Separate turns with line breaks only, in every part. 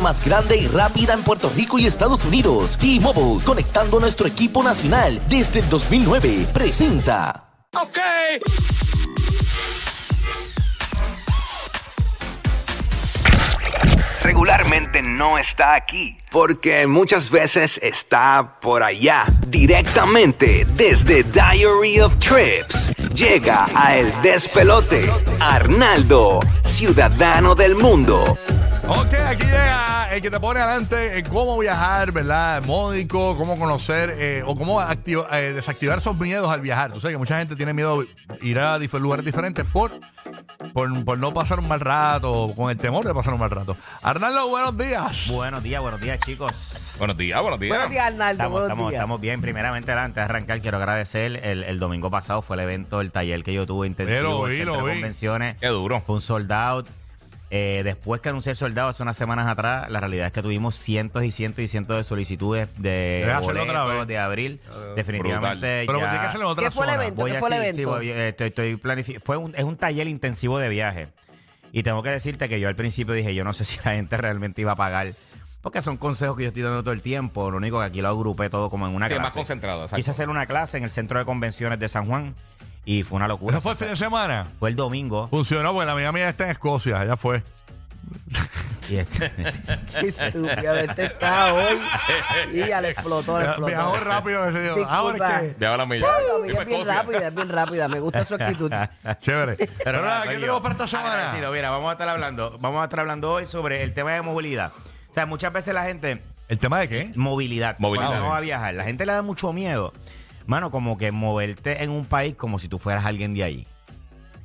más grande y rápida en Puerto Rico y Estados Unidos. T-Mobile, conectando nuestro equipo nacional desde el 2009, presenta.
Ok.
regularmente no está aquí, porque muchas veces está por allá. Directamente desde Diary of Trips, llega a El Despelote, Arnaldo, ciudadano del mundo.
Ok, aquí llega el que te pone adelante en cómo viajar, ¿verdad? Módico, cómo conocer eh, o cómo activa- eh, desactivar esos miedos al viajar. Tú sabes que mucha gente tiene miedo a ir a dif- lugares diferentes por, por, por no pasar un mal rato, o con el temor de pasar un mal rato. Arnaldo, buenos días.
Buenos días, buenos días, chicos.
Buenos días, buenos días.
Buenos días, Arnaldo.
Estamos,
buenos
estamos,
días.
estamos bien. Primeramente, antes de arrancar, quiero agradecer. El, el domingo pasado fue el evento, el taller que yo tuve intensivo.
Eh, lo
el
vi,
centro
lo
de
vi.
convenciones.
Qué duro.
Fue un sold out. Eh, después que anuncié el soldado hace unas semanas atrás, la realidad es que tuvimos cientos y cientos y cientos de solicitudes de
Debes hacerlo otra vez. Ah,
boletos de abril. Definitivamente
Pero pues
ya-
tiene que hacerlo en otra
¿Qué fue el
zona.
evento?
Voy
¿Qué
a-
fue el
sí, sí,
evento?
voy- eh, estoy, estoy planifi- fue un, es un taller intensivo de viaje. Y tengo que decirte que yo al principio dije, yo no sé si la gente realmente iba a pagar. Porque son consejos que yo estoy dando todo el tiempo. Lo único que aquí lo agrupé todo como en una
Sí,
clase.
más concentrado, exacto.
Quise hacer una clase en el centro de convenciones de San Juan y fue una locura.
¿Eso fue el fin de semana?
Fue el domingo.
Funcionó, porque la amiga mía está en Escocia, allá fue.
y este-
Qué estúpido. Este está hoy. Y ya le explotó, le explotó.
Viajó rápido ese día.
Disculpa.
Ahora es que.
De ahora mismo.
Ay, la mía
Y fue
es bien
Escocia.
rápida, es bien rápida. Me gusta su actitud.
Chévere. Pero,
nada,
nada, ¿qué
soy
tenemos
yo.
para esta
Agradecido.
semana?
Mira, vamos a estar hablando, vamos a estar hablando hoy sobre el tema de movilidad. O sea, muchas veces la gente
¿El tema de qué?
movilidad.
Movilidad.
Cuando uno va a viajar, la gente le da mucho miedo. Mano, como que moverte en un país como si tú fueras alguien de ahí.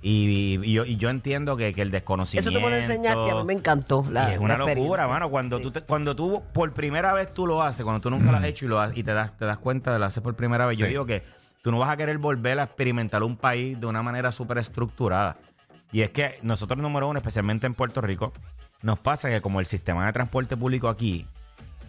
Y, y yo, y yo entiendo que, que el desconocimiento.
Eso tú me lo enseñaste. A mí me encantó. La,
Y es una
la experiencia.
locura, mano. Cuando,
Sí.
tú te- cuando tú por primera vez tú lo haces, cuando tú nunca lo has hecho y, lo ha- y te, das, te das cuenta de lo haces por primera vez, yo digo que tú no vas a querer volver a experimentar un país de una manera súper estructurada. Y es que nosotros, número uno, especialmente en Puerto Rico, nos pasa que como el sistema de transporte público aquí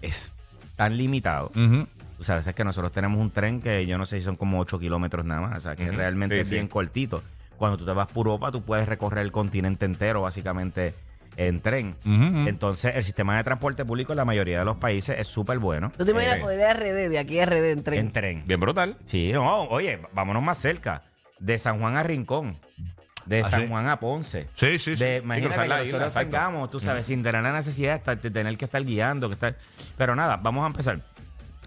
es tan limitado,
Ujú.
o sea, a veces que nosotros tenemos un tren que yo no sé si son como 8 kilómetros nada más. O sea, que
Ujú.
realmente
Sí,
es
sí.
bien cortito. Cuando tú te vas por Europa, tú puedes recorrer el continente entero, básicamente, en tren.
Ujú, ujú.
Entonces, el sistema de transporte público en la mayoría de los países es súper bueno.
¿Tú te imaginas
Eh.
poder ir a RD, de aquí a RD en tren?
En tren.
Bien brutal.
Sí, no, oye, vámonos más cerca. De San Juan a Rincón. De
Ah,
San
sí.
Juan a Ponce.
Sí, sí, sí.
De, imagínate
cruzar
que
la
nosotros
isla, exacto.
tengamos, tú sabes, sin tener la necesidad de, estar- de tener que estar guiando. que estar Pero nada, vamos a empezar.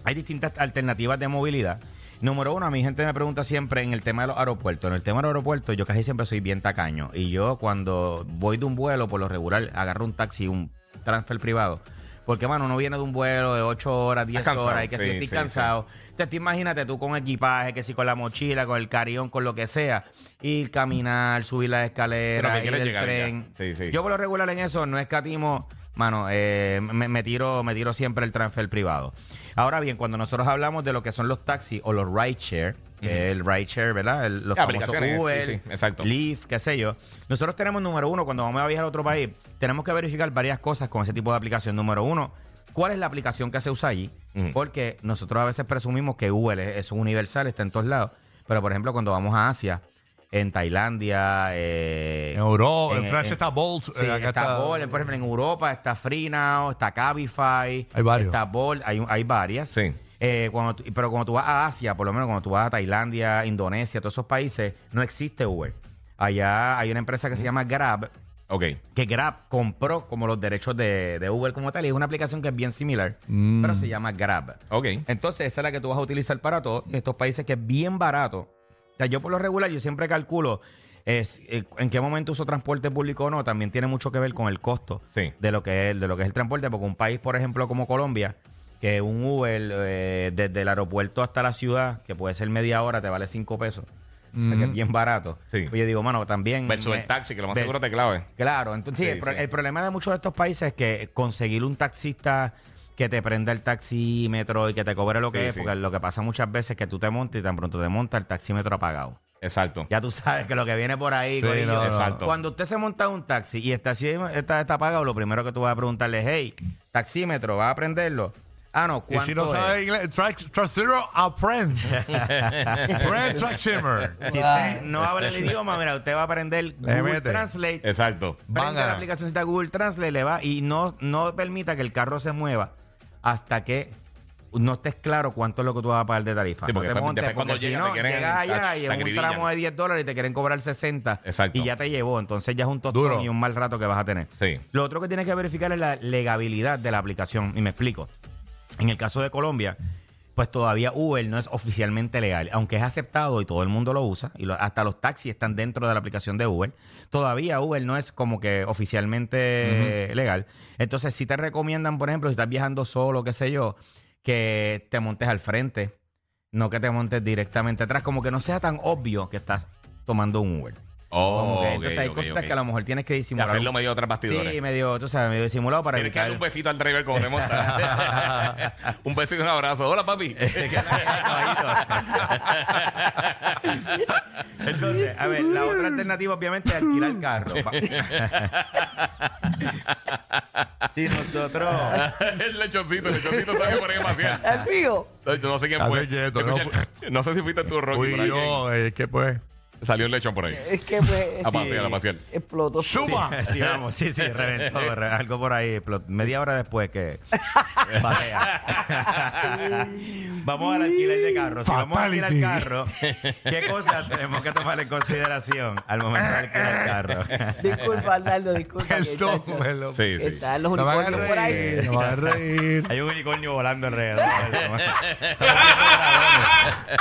Hay distintas alternativas de movilidad. Número uno, a mi gente me pregunta siempre en el tema de los aeropuertos. En el tema de los aeropuertos, yo casi siempre soy bien tacaño. Y yo cuando voy de un vuelo, por lo regular, agarro un taxi, un transfer privado. Porque, mano, uno viene de un vuelo de 8 horas, 10
cansado,
horas, y que si
sí,
estoy
sí,
cansado. Te, tú imagínate tú con equipaje, que si con la mochila, con el carión, con lo que sea. Ir, caminar, subir las
Pero
escaleras,
que
ir
quieres
del
llegar
tren.
ya. Sí, sí.
Yo por lo regular en eso no escatimo, mano, eh, me, me tiro, me tiro siempre el transfer privado. Ahora bien, cuando nosotros hablamos de lo que son los taxis o los rideshare, que es el rideshare, ¿verdad? El- los
Sí,
famosos
aplicaciones,
Uber,
sí, sí, exacto.
Lyft, qué sé yo. Nosotros tenemos, número uno, cuando vamos a viajar a otro país, tenemos que verificar varias cosas con ese tipo de aplicación. Número uno, ¿cuál es la aplicación que se usa allí?
Ujú.
Porque nosotros a veces presumimos que Uber es, es un universal, está en todos lados. Pero, por ejemplo, cuando vamos a Asia, en Tailandia, eh,
En Europa, en,
en-
Francia
en-
está Bolt.
Sí,
eh, acá
está, Bol, por ejemplo, en Europa está Freenow, está Cabify,
Hay varios.
está Bol, hay, un- hay varias.
Sí.
Eh, cuando tú- pero cuando tú vas a Asia, por lo menos cuando tú vas a Tailandia, Indonesia, todos esos países, no existe Uber. Allá hay una empresa que se llama Grab,
Ok.
que Grab compró como los derechos de, de Uber como tal, y es una aplicación que es bien similar,
Mm.
pero se llama Grab.
Ok.
Entonces, esa es la que tú vas a utilizar para todos estos países que es bien barato. O sea, yo por lo regular, yo siempre calculo es, eh, en qué momento uso transporte público o no. También tiene mucho que ver con el costo
Sí.
de, lo que es, de lo que es el transporte. Porque un país, por ejemplo, como Colombia, que un Uber eh, desde el aeropuerto hasta la ciudad, que puede ser media hora, te vale cinco pesos. O sea, que es bien barato. Pues
Sí.
Yo digo, mano, también...
Versus el
Mm, me-
taxi, que lo más
vers-
seguro te clave.
Claro, entonces sí,
Sí,
el, pro-
sí.
el problema de muchos de estos países es que conseguir un taxista que que te prenda el taxímetro y que te cobre lo que
Sí,
es,
sí.
porque lo que pasa muchas veces es que tú te montas y tan pronto te monta el taxímetro apagado.
Exacto.
Ya tú sabes que lo que viene por ahí,
Sí,
corillo.
no, no.
Exacto.
Cuando usted se monta en un taxi y está así, está, está apagado, lo primero que tú vas a preguntarle es, hey, taxímetro, ¿vas a prenderlo? Ah, no,
Y
¿cuánto
si no
es?
sabe inglés, track, track zero, aprend. Aprend track zimmer.
Si usted no habla el idioma, mira, usted va a aprender Google
mete.
Translate.
Exacto.
Prende
Bángara.
la aplicación de Google Translate, le va y no, no permita que el carro se mueva hasta que no estés claro cuánto es lo que tú vas a pagar de tarifa.
Sí, porque
no te
después-
montes,
después
porque
cuando
si
llegan,
no,
te quieren-
llegas allá
ach,
y
te
en un
acribillan.
tramo de 10 dólares te quieren cobrar 60
Exacto.
y ya te llevó. Entonces ya es un tostón
Duro.
y un mal rato que vas a tener.
Sí.
Lo otro que tienes que verificar es la legabilidad de la aplicación. Y me explico. En el caso de Colombia, pues todavía Uber no es oficialmente legal, aunque es aceptado y todo el mundo lo usa, y lo- hasta los taxis están dentro de la aplicación de Uber, todavía Uber no es como que oficialmente eh, legal. Entonces, si te recomiendan, por ejemplo, si estás viajando solo, qué sé yo, que te montes al frente, no que te montes directamente atrás, como que no sea tan obvio que estás tomando un Uber. Como
Oh,
que,
ok,
entonces hay
ok,
cositas
ok.
que a lo mejor tienes que
Y
disimular.
hacerlo medio tras bastidores.
Sí, medio, tú sabes, medio disimulado para
Tienes que
evitar-
darle un besito al driver cuando te montas. un besito y un abrazo. Hola, papi.
Entonces, a ver, la otra alternativa obviamente es alquilar el carro. Si nosotros...
el lechoncito, el lechoncito sabe por ahí demasiado.
¿Es mío?
Yo no sé quién
Hace
fue.
quieto,
Escucha,
no
no, sé si fuiste tú, Rocky.
Fui
por ahí
yo, eh, que pues.
que Salió un lechón por ahí.
Es que pues,
A
sí,
pasear, a pasear.
explotó.
¡Suma!
Sí, vamos, sí, sí, reventó, re- algo por ahí, explotó. media hora después que patea. Vamos al alquiler de carro. Si vamos a alquilar
Fatality.
carro, ¿qué cosas tenemos que tomar en consideración al momento de alquilar el carro?
Disculpa, Arnaldo, disculpa. que
Esto,
chacho,
bueno.
Sí, sí.
Están los
No me hagas
unicornios por
reír,
ahí.
no me hagas reír.
Hay un unicornio volando alrededor.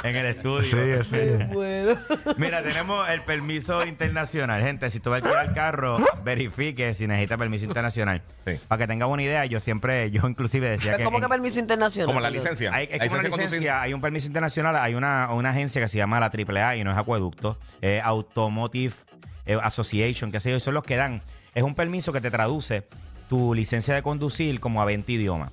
en el estudio.
Sí, sí.
Bueno.
Mira, tenemos el permiso internacional. Gente, si tú vas a alquilar el carro, verifique si necesita permiso internacional.
Sí.
Para que tengas una idea, yo siempre, yo inclusive decía que...
¿Cómo que
en-
permiso internacional?
Como la licencia.
hay, es como una
licencia de conducir.
licencia, hay un permiso internacional, hay una, una agencia que se llama la AAA y no es acueducto, eh, Automotive eh, Association, qué sé yo, y son los que dan. Es un permiso que te traduce tu licencia de conducir como a 20 idiomas.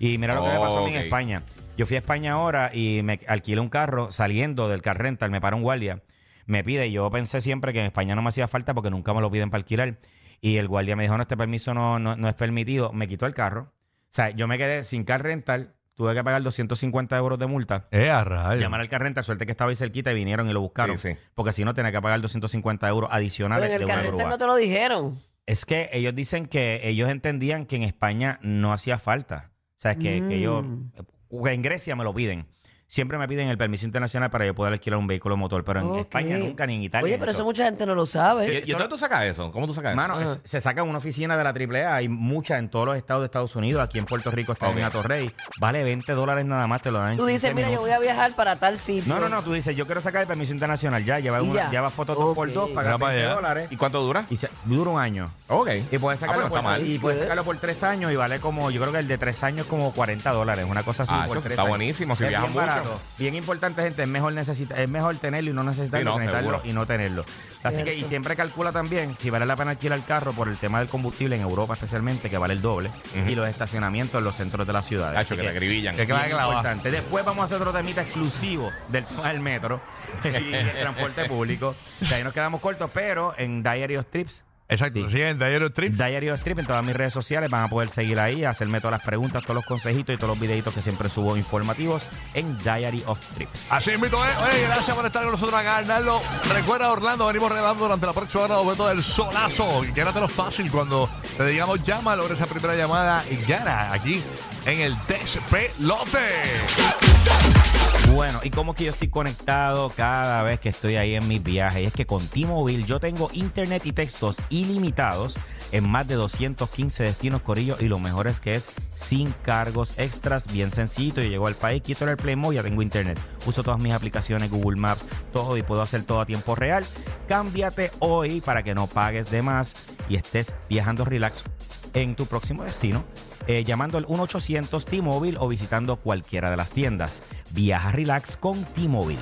Y mira lo que me pasó a mí en
Oh, Ok.
España. Yo fui a España ahora y me alquilé un carro saliendo del car rental, me para un guardia, me pide, y yo pensé siempre que en España no me hacía falta porque nunca me lo piden para alquilar. Y el guardia me dijo, no, este permiso no, no, no es permitido, me quitó el carro. O sea, yo me quedé sin car rental, tuve que pagar 250 euros de multa.
Eh, a rayos.
Llamar al car rental, suerte que estaba ahí cerquita y vinieron y lo buscaron.
Sí, sí.
Porque si no, tenía que pagar 250 euros
Pero
adicionales
en
de
el
una
carrete
grúa.
no te lo dijeron.
Es que ellos dicen que ellos entendían que en España no hacía falta. O sea, que, que yo.
Mm.
En Grecia me lo piden. Siempre me piden el permiso internacional para yo poder alquilar un vehículo motor, pero en
Ok.
España nunca, ni en Italia.
Oye,
ni
pero eso
eso.
mucha gente no lo sabe.
¿Y, y dónde tú sacas eso? ¿Cómo tú sacas
Eh, Mano, es- se saca una oficina de la AAA, hay muchas en todos los estados de Estados Unidos, aquí en Puerto Rico está
Ok.
en Atorrey, vale 20 dólares nada más, te lo dan en
Tú dices,
15
mira, yo
minutos.
voy a viajar para tal sitio.
No, no, no, tú dices, yo quiero sacar el permiso internacional, ya, lleva,
Y
una,
ya.
lleva fotos
Ok.
2x2,
Mira
pagar
para
20
allá.
dólares
eso? ¿Y cuánto dura?
y se- dura un año.
Ok.
Y puedes
Ah, pero
sacarlo,
está
por,
mal.
y puedes sacarlo por tres años y vale como, yo creo que el de tres años como 40 dólares, una cosa así.
Ah,
por
eso
tres
está
años.
buenísimo, si
Es
viajas
bien
mucho.
barato. Bien importante, gente, es mejor, necesita, es mejor tenerlo y no necesitarlo,
Sí, no,
que necesitarlo
seguro.
y no tenerlo. Así que, y siempre calcula también si vale la pena alquilar el carro por el tema del combustible en Europa especialmente, que vale el doble, y los estacionamientos en los centros de la ciudad.
Hacho, que te agribillan.
Que clava,
Bien
clava.
importante. Después vamos a hacer otro temita exclusivo del tema del metro y el transporte público. Que ahí nos quedamos cortos, pero en Diary of Trips.
Exacto. Siguiente, ayer el trip.
Diary of Trip en todas mis redes sociales van a poder seguir ahí, hacerme todas las preguntas, todos los consejitos y todos los videitos que siempre subo informativos en Diary of Trips.
Así invito, eh. Oye, gracias por estar con nosotros acá, Arnaldo. Recuerda, Orlando, venimos regalando durante la próxima hora los boletos del solazo. Y lo fácil cuando te digamos llama, logra esa primera llamada y gana aquí en el Despelote.
Bueno, y como que yo estoy conectado cada vez que estoy ahí en mis viajes. Y es que con T-Mobile yo tengo internet y textos ilimitados en más de 215 destinos Corillo. Y lo mejor es que es sin cargos extras, bien sencillito. Yo llego al país, quito el Play Mode, ya tengo internet. Uso todas mis aplicaciones, Google Maps, todo y puedo hacer todo a tiempo real. Cámbiate hoy para que no pagues de más y estés viajando relax en tu próximo destino eh, llamando al 1-800 T-Mobile o visitando cualquiera de las tiendas. Viaja relax con T-Mobile.